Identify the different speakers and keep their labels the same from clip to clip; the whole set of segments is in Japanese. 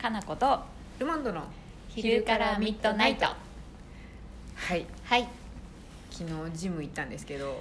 Speaker 1: かなこと
Speaker 2: ルマンドの
Speaker 1: 昼からミッドナイト
Speaker 2: はい
Speaker 1: はい
Speaker 2: 昨日ジム行ったんですけど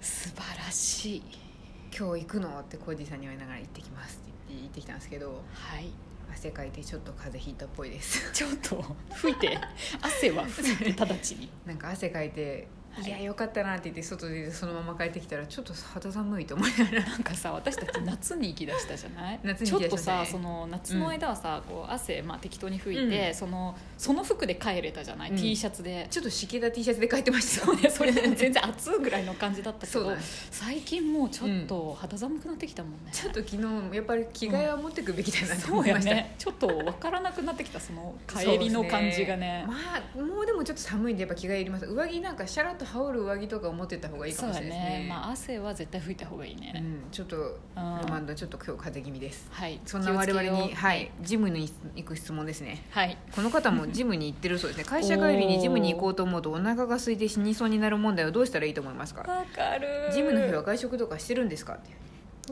Speaker 1: 素晴らしい
Speaker 2: 「今日行くの?」ってコーディさんに言われながら「行ってきます」って言って行ってきたんですけど
Speaker 1: はい
Speaker 2: 汗かいてちょっと風邪ひいたっぽいです
Speaker 1: ちょっと吹いて汗は吹いて直ちに
Speaker 2: なんか汗かいて「
Speaker 1: はい
Speaker 2: いやよかったな」って言って外出てそのまま帰ってきたらちょっと肌寒いと思いながら
Speaker 1: なんかさ私たち夏に行き出したじゃない
Speaker 2: 夏に行き出しましたね
Speaker 1: ちょっとさその夏の間はさ、こう汗、まあ、適当に拭いて、
Speaker 2: うん
Speaker 1: そのその服で帰れたじゃない、
Speaker 2: うん
Speaker 1: T シャツで。
Speaker 2: ちょっと湿気た T シャツで帰ってました
Speaker 1: そうね そ れでも全然暑いぐらいの感じだったけ
Speaker 2: そう
Speaker 1: ど
Speaker 2: なんです
Speaker 1: 最近もうちょっと肌寒くなってきたもんね、
Speaker 2: ちょっと昨日やっぱり着替えは持ってくべきだなと
Speaker 1: そう
Speaker 2: 思い
Speaker 1: や
Speaker 2: ました、
Speaker 1: ね ちょっと分からなくなってきたその帰りの感じがね
Speaker 2: そうですねまあもうでもちょっと寒いんでやっぱ着替えいります上着なんかシャラッと羽織る上着とかを持ってった方がいいか
Speaker 1: そう
Speaker 2: もし
Speaker 1: や
Speaker 2: れないです
Speaker 1: ね
Speaker 2: ね、
Speaker 1: まあ汗は絶対拭いた方がいいね、
Speaker 2: うん、ちょっとル
Speaker 1: うん
Speaker 2: マンドちょっと今日風邪気味です
Speaker 1: はい
Speaker 2: そんな我々
Speaker 1: 気をつ
Speaker 2: に、
Speaker 1: けよ
Speaker 2: はい、ジムに行く質問ですね
Speaker 1: うはい
Speaker 2: この方も ジムに行ってるそうですね会社帰りにジムに行こうと思うとお腹が空いて死にそうになる問題はどうしたらいいと思いますか
Speaker 1: わかる
Speaker 2: ジムの日は外食とかしてるんですかって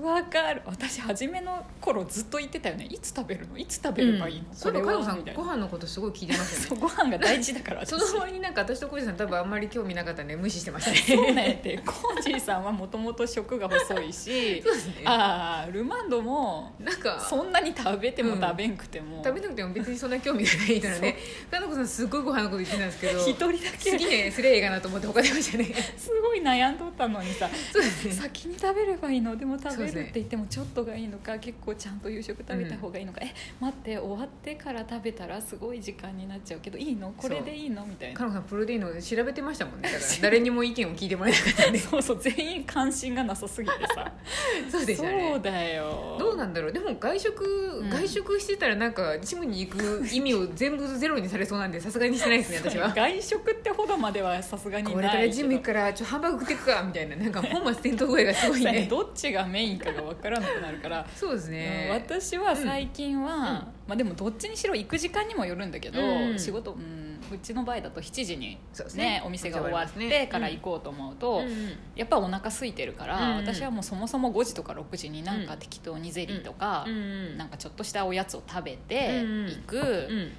Speaker 1: わかる私初めの頃ずっと言ってたよねいつ食べるのいつ食べればいいの、
Speaker 2: そういえば加藤さん
Speaker 1: みたい
Speaker 2: ご
Speaker 1: な
Speaker 2: 飯のことすごい聞いてますよ
Speaker 1: そ
Speaker 2: ね
Speaker 1: うご飯が大事だ から私
Speaker 2: その割になんか私と小路さん多分あんまり興味なかったんで無視してましたね
Speaker 1: そうなんやってコージーさんはもともと食が細い し
Speaker 2: そうです ね
Speaker 1: ああルマンドも
Speaker 2: なんか
Speaker 1: そんなに食べても
Speaker 2: うん
Speaker 1: 食べんくても、
Speaker 2: 食べなくても別にそんな興味がないからね加藤子さんすごいご飯のこと言ってたんです けど
Speaker 1: 一人だけ
Speaker 2: 次ねすれええかなと思って他でましたね
Speaker 1: すごい悩んどったのにさ
Speaker 2: そうですね
Speaker 1: 先に食べればいいのでも食
Speaker 2: そう
Speaker 1: べ
Speaker 2: です
Speaker 1: る
Speaker 2: ね
Speaker 1: って言ってもちょっとがいいのか結構ちゃんと夕食食べた方がいいのか、え待って終わってから食べたらすごい時間になっちゃうけどいいのこれでいいのみたいな
Speaker 2: 加藤さんプロテインの調べてました もんねだから誰にも意見を聞いてもらえなかったんで
Speaker 1: そうそう全員関心がなさすぎてさ
Speaker 2: そう でした
Speaker 1: そう
Speaker 2: ね
Speaker 1: だよ
Speaker 2: どうなんだろうでも外食、
Speaker 1: うん
Speaker 2: 外食してたらなんかジムに行く意味を全部ゼロにされそうなんでさすがにしてないです ね私は
Speaker 1: 外食ってほどまではさすがにないけど
Speaker 2: これからジム行くからちょっとハンバーグ食ってくかみたいななんか本末転倒声がすごい
Speaker 1: そう やね
Speaker 2: ね
Speaker 1: どっちがメインかが分からなくなるから、
Speaker 2: そうですね
Speaker 1: うん私は最近は、
Speaker 2: んうん
Speaker 1: まあ、でもどっちにしろ行く時間にもよるんだけど、
Speaker 2: うん
Speaker 1: 仕事、うん、うちの場合だと7時に、
Speaker 2: そうです
Speaker 1: ね
Speaker 2: ね
Speaker 1: お店が終わっ
Speaker 2: 終わります
Speaker 1: て
Speaker 2: ね
Speaker 1: から行こうと思うと、
Speaker 2: うんうん
Speaker 1: やっぱお腹空いてるから、
Speaker 2: うん
Speaker 1: 私はもうそもそも5時とか6時になんか
Speaker 2: うん
Speaker 1: 適当にゼリーとか、
Speaker 2: うん
Speaker 1: なんかちょっとしたおやつを食べて
Speaker 2: うん
Speaker 1: 行く、
Speaker 2: うん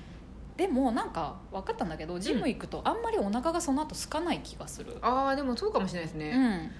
Speaker 1: でもなんか分かったんだけどジム行くとあんまりお腹がその後空かない気がする、
Speaker 2: ああでもそうかもしれないです
Speaker 1: う
Speaker 2: ね、
Speaker 1: ん、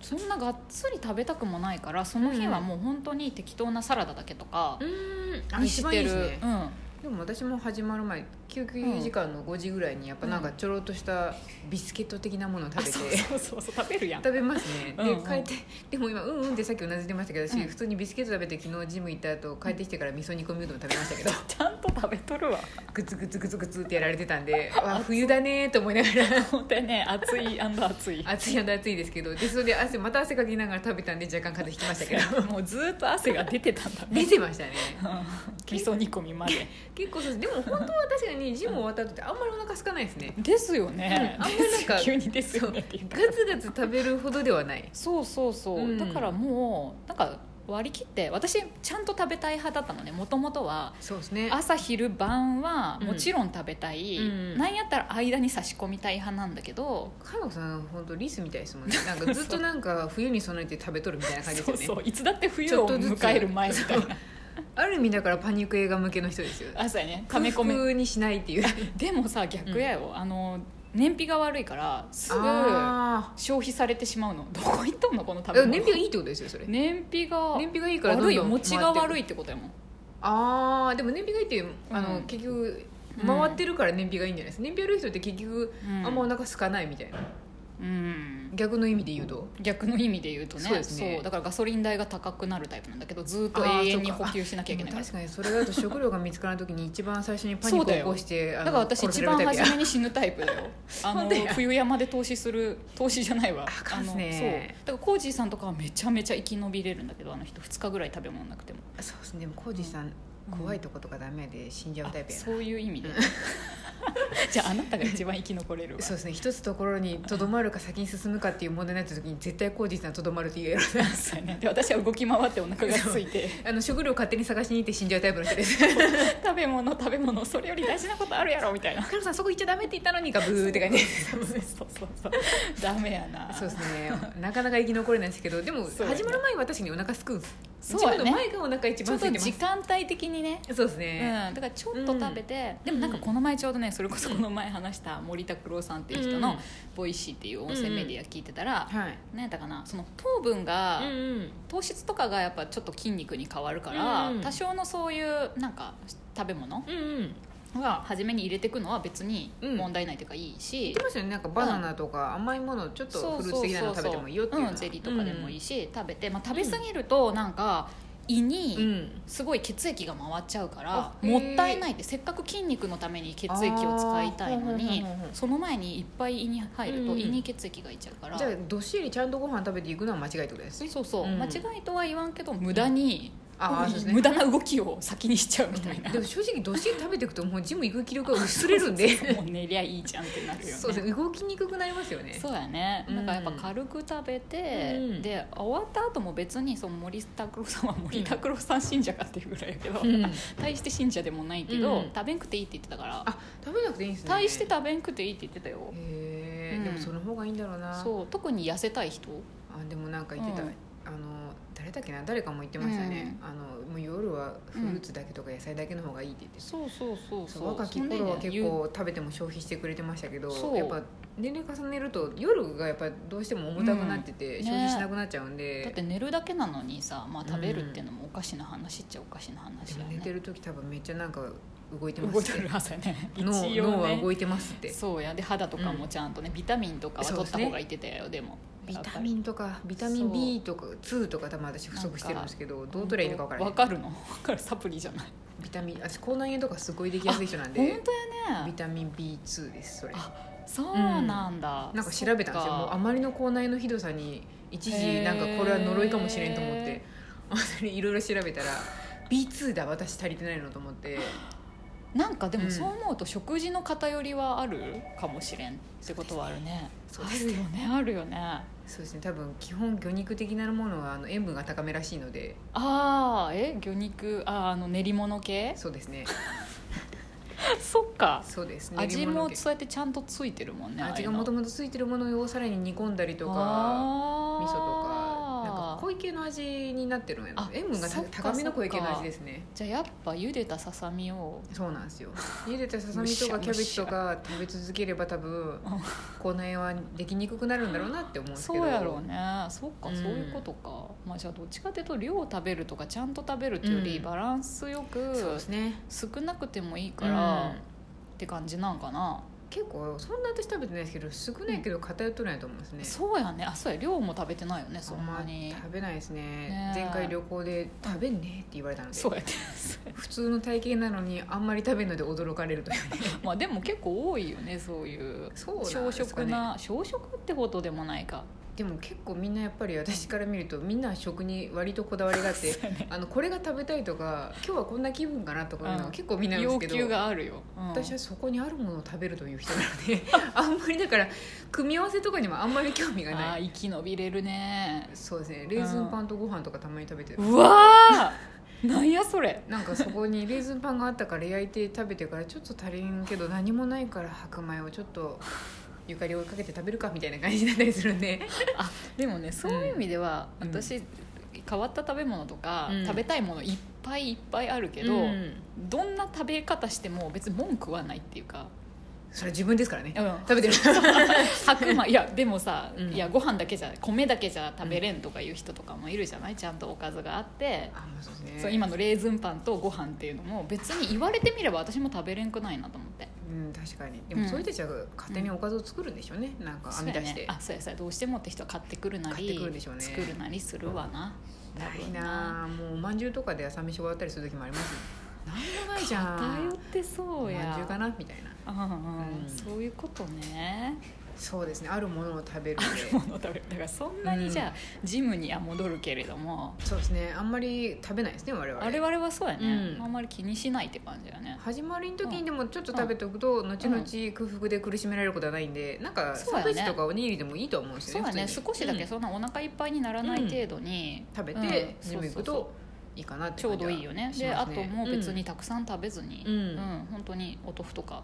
Speaker 1: そんながっつり食べたくもないからその日はもう本当に適当なサラダだけとか
Speaker 2: うーんあ
Speaker 1: にし
Speaker 2: 一番い
Speaker 1: て
Speaker 2: い
Speaker 1: る
Speaker 2: です
Speaker 1: う
Speaker 2: ね
Speaker 1: ん
Speaker 2: でも私も始まる前休憩時間の5時ぐらいにやっぱなんかちょろっとしたビスケット的なものを食
Speaker 1: あ
Speaker 2: べて、
Speaker 1: そう
Speaker 2: 食
Speaker 1: そうそうそう食べるやん
Speaker 2: べますねで
Speaker 1: うんうん
Speaker 2: 帰ってでも今うんうんってさっきうなずいてましたけど私
Speaker 1: うん
Speaker 2: 普通にビスケット食べて昨日ジム行った後帰ってきてから味噌煮込みうどん食べましたけど
Speaker 1: ちゃんと食べとるわ
Speaker 2: グツグツグツグツってやられてた んでわ冬だねーと思いながら
Speaker 1: ほんでね暑い暑い
Speaker 2: 暑いやだ暑いですけどでそれで汗また汗かきながら食べたんで若干風邪ひきましたけど
Speaker 1: もうずーっと汗が出てたんだ
Speaker 2: 出
Speaker 1: ね
Speaker 2: てましたね
Speaker 1: うん 味噌煮込みまで
Speaker 2: 結構そうですでも本当は確かにジム終わった後ってあんまりお腹空かないですね
Speaker 1: ですよね、
Speaker 2: うんあんまりなんか
Speaker 1: 急にですよねって言う
Speaker 2: ガ
Speaker 1: から
Speaker 2: ツガツ食べるほどではない
Speaker 1: そうそうそう、
Speaker 2: うん
Speaker 1: だからもうなんか割り切って私ちゃんと食べたい派だったのねもともとは
Speaker 2: そうですね
Speaker 1: 朝昼晩は
Speaker 2: うん
Speaker 1: もちろん食べたい、
Speaker 2: うん
Speaker 1: なんやったら間に差し込みたい派なんだけど、
Speaker 2: 加奈子さん本当リスみたいですもんねなんかずっとな んか冬に備えて食べとるみたいな感じです
Speaker 1: そ
Speaker 2: よ
Speaker 1: うそう
Speaker 2: ね
Speaker 1: いつだって冬を迎える前みたい
Speaker 2: ちょっと
Speaker 1: な
Speaker 2: ある意味だからパニック映画向けの人ですよ
Speaker 1: 朝やね溜め込め
Speaker 2: 空腹にしな いっていう
Speaker 1: でもさ逆やよ、あの燃費が悪いからすぐ
Speaker 2: あ
Speaker 1: 消費されてしまう のどこ行っとんのこの
Speaker 2: あ
Speaker 1: 食べ
Speaker 2: 燃
Speaker 1: 物
Speaker 2: 費がいいってことですよそれ
Speaker 1: 燃費が
Speaker 2: 燃費がいいからどんど
Speaker 1: 悪
Speaker 2: ん
Speaker 1: いよ持ちが悪
Speaker 2: い
Speaker 1: いってことやもん
Speaker 2: ああでも燃費がいいっていうあの、
Speaker 1: うん
Speaker 2: 結局
Speaker 1: うん
Speaker 2: 回ってるから燃費がいいんじゃないですか燃費悪い人って結局、
Speaker 1: うん
Speaker 2: あんまお腹空かないみたいな
Speaker 1: うん
Speaker 2: 逆の意味で言うと
Speaker 1: 逆の意味で言うとね
Speaker 2: そうですね
Speaker 1: そうだからガソリン代が高くなるタイプなんだけどずっと永遠に補給しなきゃいけない
Speaker 2: で
Speaker 1: か
Speaker 2: も
Speaker 1: ら
Speaker 2: 確かにそれだと食料が見つからない時に一番最初にパニックを起こして
Speaker 1: だ
Speaker 2: あ
Speaker 1: か
Speaker 2: の
Speaker 1: ら私
Speaker 2: 殺
Speaker 1: 一
Speaker 2: され
Speaker 1: 番
Speaker 2: るタイプや
Speaker 1: 初めに死ぬタイプだよ あ
Speaker 2: ほ
Speaker 1: の
Speaker 2: んとや
Speaker 1: 冬山で投資する投資じゃないわ
Speaker 2: あかんっす
Speaker 1: の
Speaker 2: ね
Speaker 1: そうだからコージーさんとかはめちゃめちゃ生き延びれるんだけどあの人2日ぐらい食べ物なくても
Speaker 2: そうですねでも浩二さ
Speaker 1: う
Speaker 2: ん、
Speaker 1: ん
Speaker 2: 怖いとことかダメで死んじゃうタイプや
Speaker 1: あそういう意味で、じゃああなたが一番生き残れるわ
Speaker 2: そうですね一つところにとどまるか先に進むかっていう問題になった時に絶対口実はとどまるって言える
Speaker 1: そうやねで私は動き回ってお腹が空いて
Speaker 2: あの食料勝手に探しに行って死んじゃうタイプの人です
Speaker 1: 食べ物食べ物それより大事なことあるやろみたいな
Speaker 2: カロさんそこ行っちゃダメって言ったのにガブーって感じ
Speaker 1: そうそうそうそうダメやな
Speaker 2: そうですねなかなか生き残れないですけどでも
Speaker 1: そうやね
Speaker 2: 始まる前は確かにお腹すくんです
Speaker 1: そうやね
Speaker 2: 自分の前がお腹
Speaker 1: ち
Speaker 2: 一
Speaker 1: ょ
Speaker 2: 番
Speaker 1: っ
Speaker 2: 空
Speaker 1: と
Speaker 2: いてま
Speaker 1: 時
Speaker 2: す
Speaker 1: 間帯的にね
Speaker 2: そうです
Speaker 1: うん、
Speaker 2: ね、
Speaker 1: だからちょっと食べて、でもなんかこの前ちょうどねそれこそこの前話した森田九郎さんっていう人
Speaker 2: うん
Speaker 1: の「ボイシー」っていう音声メディア聞いてたら、
Speaker 2: はい
Speaker 1: 何やったかなその糖分が、
Speaker 2: うんうん
Speaker 1: 糖質とかがやっぱちょっと筋肉に変わるから、
Speaker 2: うん
Speaker 1: 多少のそういうなんか食べ物
Speaker 2: うんうん言っ
Speaker 1: が初めに入れてくのは別に
Speaker 2: うん
Speaker 1: 問題ないというかいいし
Speaker 2: て、ましたよねなんかバナナとか甘いものちょっとフルーツ的なの食べてもいいよっていう
Speaker 1: うん、ゼリーとかでもいい
Speaker 2: し、
Speaker 1: し、食べて、まあ、食べ過ぎるとなんか胃
Speaker 2: うん
Speaker 1: にすごい血液が回っちゃうから
Speaker 2: あ、へー
Speaker 1: もったいないってせっかく筋肉のために血液を使いたいのに
Speaker 2: あーほうほうほうほう
Speaker 1: その前にいっぱい胃に入ると
Speaker 2: うん
Speaker 1: 胃に血液がいっちゃうから、
Speaker 2: じゃあどっしりちゃんとご飯食べていくのは間違いってことですね
Speaker 1: そうそう、
Speaker 2: うん
Speaker 1: 間違いとは言わんけど無駄に、
Speaker 2: ああそうですね
Speaker 1: 無駄な動きを先にしちゃうみたいな、
Speaker 2: でも正直どっしり食べていくともうジム行く気力が薄れるんで
Speaker 1: もう寝りゃいいじゃんってなるよね
Speaker 2: そうですね動きにくくなりますよね
Speaker 1: そうやね、
Speaker 2: うん
Speaker 1: なんかやっぱ軽く食べて、
Speaker 2: うん
Speaker 1: で終わった後も別にその森田九郎さんは森田九郎さん信者かっていうぐらいやけど、
Speaker 2: うん
Speaker 1: 大して信者でもないけど、
Speaker 2: うん
Speaker 1: 食べんくていいって言ってたから
Speaker 2: あ食べなくていいんですね
Speaker 1: 大して食べんくていいって言ってたよ、
Speaker 2: へえ、
Speaker 1: うん
Speaker 2: でもその方がいいんだろうな
Speaker 1: そう特に痩せたい人
Speaker 2: あでもなんか言ってた、
Speaker 1: うん
Speaker 2: あの誰だっけな誰かも言ってましたね、あのもう夜はフルーツだけとか野菜だけの方がいいって言ってた、
Speaker 1: そうそうそう
Speaker 2: そう若き頃は結構食べても消費してくれてましたけど、
Speaker 1: そう
Speaker 2: やっぱ年齢重ねると夜がやっぱどうしても重たくなってて、
Speaker 1: うん
Speaker 2: 消費しなくなっちゃうんで、
Speaker 1: だって寝るだけなのにさ、まあ、食べるっていうのもおかしな話っちゃおかしな話
Speaker 2: で
Speaker 1: だ
Speaker 2: も
Speaker 1: よ
Speaker 2: 寝て
Speaker 1: ね
Speaker 2: る時多分めっちゃなんか動いてま
Speaker 1: 動い
Speaker 2: す
Speaker 1: て
Speaker 2: って
Speaker 1: る朝ね一
Speaker 2: 脳脳
Speaker 1: 応
Speaker 2: は
Speaker 1: ね
Speaker 2: 動いてますって
Speaker 1: そうやで肌とかもちゃんとね、ビタミンとかは取った方がいいってたよでも
Speaker 2: ビタ
Speaker 1: ン
Speaker 2: ミンとかビタミン B とか2とか多分私不足してるんですけどどう取ればいいのか分からない
Speaker 1: わかるのわかるサプリじゃない
Speaker 2: ビタミン私口内炎とかすごいできやすい人なん
Speaker 1: 本
Speaker 2: で
Speaker 1: 当やね
Speaker 2: ビタミン B2 ですそれ
Speaker 1: あそうなんだ、
Speaker 2: なんか調べたんですよもうあまりの口内炎のひどさに一時なんかこれは呪いかもしれんと思っ
Speaker 1: へ
Speaker 2: てあそれいろいろ調べたら B2 だ私足りてないのと思って
Speaker 1: うなんかで
Speaker 2: う
Speaker 1: も
Speaker 2: ん
Speaker 1: そう思うと食事の偏りはあるかもしれんってことはあるね
Speaker 2: そうですね
Speaker 1: あるよねあるよね
Speaker 2: そうですね多分基本魚肉的なものはあの塩分が高めらしいので
Speaker 1: ああえ魚肉あーあの練り物系
Speaker 2: そうですね
Speaker 1: そっか
Speaker 2: そうですね
Speaker 1: 味
Speaker 2: 練り物
Speaker 1: も
Speaker 2: 系
Speaker 1: そうやってちゃんとついてるもんね
Speaker 2: 味がもと
Speaker 1: も
Speaker 2: もとついてるものをさらに煮込んだりとか味
Speaker 1: 味
Speaker 2: 噌とかなんか濃い系の味になってるのやな
Speaker 1: あ
Speaker 2: 塩分が
Speaker 1: そっか
Speaker 2: 高めの濃い系
Speaker 1: そっ
Speaker 2: の
Speaker 1: か
Speaker 2: 味ですね
Speaker 1: じゃあやっぱ茹でたささみを
Speaker 2: そうなん ですよ茹でたささみとかキ
Speaker 1: むしゃむ
Speaker 2: ャ
Speaker 1: しゃ
Speaker 2: ベツとか食べ続ければ多分この辺はできにくくなるんだろうなって思うんですけ
Speaker 1: そ
Speaker 2: ど
Speaker 1: うやろうねそっか、
Speaker 2: うん
Speaker 1: そういうことかまあじゃあどっちかというと量を食べるとかちゃんと食べるっていうより、
Speaker 2: うん
Speaker 1: バランスよく
Speaker 2: そうですね
Speaker 1: 少なくてもいいか
Speaker 2: から、
Speaker 1: ら、って感じなんかな、
Speaker 2: 結構そんな私食べてないですけど少ないけど偏っとるんやと思うんですね、
Speaker 1: そうやねあそうや量も食べてないよねそんなに
Speaker 2: あんま食べないですね
Speaker 1: ねえ
Speaker 2: 前回旅行で「食べんね」って言われたので
Speaker 1: そうやね
Speaker 2: 普通の体型なのにあんまり食べるので驚かれるとい うね
Speaker 1: まあでも結構多いよねそういう
Speaker 2: そうなんですか
Speaker 1: 小食
Speaker 2: ね
Speaker 1: な小食ってほどでもないか
Speaker 2: でも結構みんなやっぱり私から見るとみんな食に割とこだわりがあって、あのこれが食べたいとか今日はこんな気分かなとかいうの
Speaker 1: う
Speaker 2: が
Speaker 1: ん
Speaker 2: 結構みんなあるん
Speaker 1: 要
Speaker 2: ですけ
Speaker 1: 求
Speaker 2: ど、
Speaker 1: があるよ、うん
Speaker 2: 私はそこにあるものを食べるという人な のであんまりだから組み合わせとかにもあんまり興味が
Speaker 1: あ
Speaker 2: な
Speaker 1: あ
Speaker 2: い
Speaker 1: 生き延びれる ね
Speaker 2: そうですねレーズンパンとご飯とかたまに食べてる
Speaker 1: うわー なんやそれ
Speaker 2: なんかそこにレーズンパンがあったから焼いて食べてからちょっと足りんけど何もないから白米をちょっとゆかりをかけて食べるかみたいな感じになったりするんで
Speaker 1: あでもねそういう意味では、
Speaker 2: うん
Speaker 1: 私変わった食べ物とか、
Speaker 2: うん
Speaker 1: 食べたいものいっぱいいっぱいあるけど、
Speaker 2: うん
Speaker 1: どんな食べ方しても別に文句はないっていうか、
Speaker 2: それは自分ですからね
Speaker 1: うん、
Speaker 2: 食べてる
Speaker 1: 白米いやでもさ、
Speaker 2: うん
Speaker 1: いやご飯だけじゃ米だけじゃ食べれんとかいう人とかもいるじゃないちゃんとおかずがあって、
Speaker 2: あもうそうですね
Speaker 1: そう今のレーズンパンとご飯っていうのも別に言われてみれば私も食べれんくないなと思って。
Speaker 2: うん確かにでも
Speaker 1: うん
Speaker 2: そういう人たちは勝手におかずを作るんでしょうね、なんか
Speaker 1: そ
Speaker 2: 編
Speaker 1: う
Speaker 2: み
Speaker 1: や
Speaker 2: 出して、
Speaker 1: ね、あそうやそうやどうしてもって人は買ってくるな
Speaker 2: 買って
Speaker 1: り
Speaker 2: くるでしょうね
Speaker 1: 作るなりするわな多
Speaker 2: な
Speaker 1: 分
Speaker 2: いなあもうおまんじゅうとかで朝飯終わったりする時もありますなんもないじゃん
Speaker 1: 偏ってそ
Speaker 2: お
Speaker 1: う
Speaker 2: まん
Speaker 1: や
Speaker 2: じゅうかなみたいな
Speaker 1: うんうん
Speaker 2: うん
Speaker 1: そういうことね
Speaker 2: そうですねあるものを食べる
Speaker 1: ものを食べるだからそんなにじゃあ、
Speaker 2: うん
Speaker 1: ジムには戻るけれども
Speaker 2: そうですねあんまり食べないですね我々
Speaker 1: 我々はそうやね、
Speaker 2: うん
Speaker 1: あんまり気にしないって感じだね
Speaker 2: 始まりの時にでもちょっと食べておくと、後々空腹で苦しめられることはないんでなんか
Speaker 1: そう
Speaker 2: サ
Speaker 1: や
Speaker 2: ン
Speaker 1: ね
Speaker 2: ドイッチとかおにぎりでもいいと思うんです
Speaker 1: そ
Speaker 2: よ
Speaker 1: うや
Speaker 2: ね
Speaker 1: ね
Speaker 2: 普通に
Speaker 1: 少しだけそんなお腹いっぱいにならない程度に、
Speaker 2: 食べ
Speaker 1: うん
Speaker 2: て
Speaker 1: そう
Speaker 2: ジ
Speaker 1: そう
Speaker 2: ム行
Speaker 1: そう
Speaker 2: くといいかなって
Speaker 1: ちょう
Speaker 2: 感じ
Speaker 1: ど
Speaker 2: はい
Speaker 1: いよね
Speaker 2: し
Speaker 1: で
Speaker 2: ま
Speaker 1: あ
Speaker 2: す
Speaker 1: ともう別に
Speaker 2: ん
Speaker 1: たくさん食べずに、
Speaker 2: うん
Speaker 1: うん本当にお豆腐とか、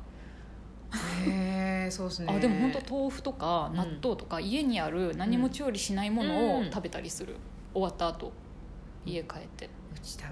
Speaker 2: へえそうですね
Speaker 1: あでも本当豆腐とか
Speaker 2: うん
Speaker 1: 納豆とか、家にある何も調理しないものを
Speaker 2: うん
Speaker 1: 食べたりする、終わった後家帰って、
Speaker 2: うち多
Speaker 1: う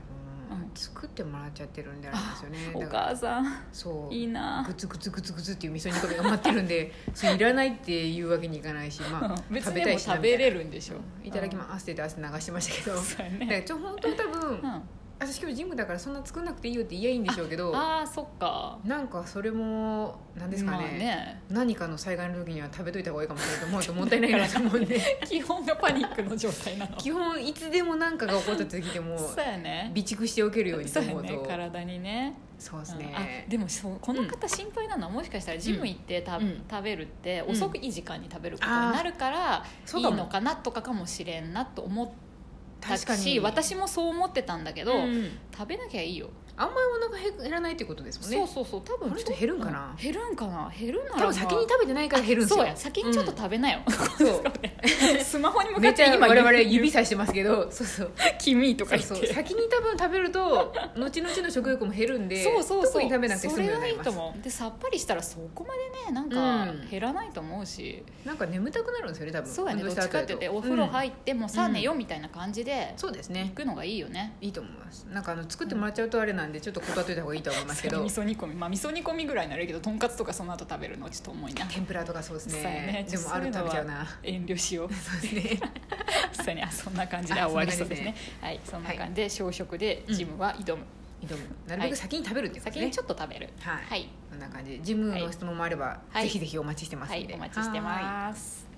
Speaker 2: 分
Speaker 1: ん
Speaker 2: 作ってもらっちゃってるんであれですよね
Speaker 1: お
Speaker 2: だから
Speaker 1: 母さん
Speaker 2: そう
Speaker 1: いいな
Speaker 2: グツグツグツグツっていう味噌煮込みが待ってるん でそれいらないっていうわけにいかないしまあ
Speaker 1: 別
Speaker 2: 食べ
Speaker 1: で
Speaker 2: た
Speaker 1: も
Speaker 2: いしな
Speaker 1: 食べれ
Speaker 2: み
Speaker 1: るんでした
Speaker 2: い
Speaker 1: ょ
Speaker 2: なうんいただきますって言って汗流してましたけ
Speaker 1: う
Speaker 2: ど
Speaker 1: ん
Speaker 2: だ
Speaker 1: そうや
Speaker 2: か
Speaker 1: ね
Speaker 2: らちょ本当に多分
Speaker 1: うん、あ
Speaker 2: 私今日ジムだからそんな作んなくていいよって言えばいいんでしょうけど
Speaker 1: あーそっか
Speaker 2: なんかそれも何ですか
Speaker 1: まあ
Speaker 2: ね,、
Speaker 1: ね
Speaker 2: 何かの災害の時には食べといた方がいいかもしれないと思う ともったいないなと思うんで
Speaker 1: 基本がパニックの状態なの
Speaker 2: 基本いつでも何かが起こった時でも
Speaker 1: そうやね
Speaker 2: 備蓄しておけるように
Speaker 1: そ
Speaker 2: と
Speaker 1: う
Speaker 2: 思
Speaker 1: や
Speaker 2: うと
Speaker 1: ね体にね
Speaker 2: そうです
Speaker 1: うんあ
Speaker 2: ね
Speaker 1: でもそうこの方心配なのはもしかしたらジム行ってた、
Speaker 2: うん
Speaker 1: 食べるって
Speaker 2: ん
Speaker 1: 遅くいい時間に食べることになるから、
Speaker 2: そう
Speaker 1: い
Speaker 2: か
Speaker 1: い
Speaker 2: も
Speaker 1: のかなとかかもしれんなと思った
Speaker 2: 確か
Speaker 1: し
Speaker 2: に
Speaker 1: 私もそう思ってたんだけど、
Speaker 2: うん
Speaker 1: 食べなきゃいいよ、
Speaker 2: あんまりお腹減減らないってことですもんね
Speaker 1: そうそうそう多分
Speaker 2: この人減るんかな
Speaker 1: う減るんかな減るならまあ
Speaker 2: 多分先に食べてないから減るんです
Speaker 1: そ
Speaker 2: よ
Speaker 1: うや先にちょっと食べなよ、
Speaker 2: そう
Speaker 1: スマホに向か
Speaker 2: め
Speaker 1: っ
Speaker 2: っち
Speaker 1: て
Speaker 2: ゃ
Speaker 1: 今
Speaker 2: 我々指さしてますけどそうそう
Speaker 1: 「君」と
Speaker 2: そ
Speaker 1: か
Speaker 2: う
Speaker 1: 言って
Speaker 2: そう先に多分食べると後々の食欲も減るんで
Speaker 1: そうそうそう
Speaker 2: 特に食べなくて済
Speaker 1: そ
Speaker 2: む
Speaker 1: れ
Speaker 2: ように
Speaker 1: が
Speaker 2: ないり
Speaker 1: い
Speaker 2: ま
Speaker 1: と
Speaker 2: す
Speaker 1: 思うでさっぱりしたらそこまでねなんか
Speaker 2: うん
Speaker 1: 減らないと思うし、
Speaker 2: なんか眠たくなるんですよね多分
Speaker 1: そうやね
Speaker 2: 運
Speaker 1: ど
Speaker 2: 動
Speaker 1: っ
Speaker 2: し
Speaker 1: ちか
Speaker 2: た後
Speaker 1: っ
Speaker 2: だ
Speaker 1: て
Speaker 2: と
Speaker 1: 言ってお風呂
Speaker 2: うん
Speaker 1: 入ってもうさあ寝ようみたいな感じで
Speaker 2: そうです
Speaker 1: 行
Speaker 2: ね
Speaker 1: くのがいいよね
Speaker 2: いいと思いますなんかあの作ってもらっちゃうとあれなんでちょっと断っといた方がいいとは思います
Speaker 1: そ
Speaker 2: け
Speaker 1: れ
Speaker 2: ど
Speaker 1: 味噌煮込みまあ味噌煮込みぐらいになるけどとんかつとかその後食べるのはちょっと重いな
Speaker 2: 天ぷらとかそうです
Speaker 1: そう
Speaker 2: ね
Speaker 1: やね
Speaker 2: でもある食べちゃうな
Speaker 1: 遠慮しよう
Speaker 2: そうですね
Speaker 1: そうやねあそんな感じで
Speaker 2: あ
Speaker 1: あ終わりそう
Speaker 2: そん
Speaker 1: で
Speaker 2: な
Speaker 1: す
Speaker 2: 感
Speaker 1: ね
Speaker 2: じ
Speaker 1: はいそんな感じで小食で
Speaker 2: うん
Speaker 1: ジムは挑む、
Speaker 2: 挑むなるべく先に食べるってことです
Speaker 1: 先
Speaker 2: ね、
Speaker 1: にちょっと食べる
Speaker 2: はい、
Speaker 1: はい
Speaker 2: こんな感じでジムの質問もあれば、
Speaker 1: はい
Speaker 2: ぜひぜひお待ちしてます
Speaker 1: は
Speaker 2: ん
Speaker 1: い
Speaker 2: で、
Speaker 1: お待ちしてます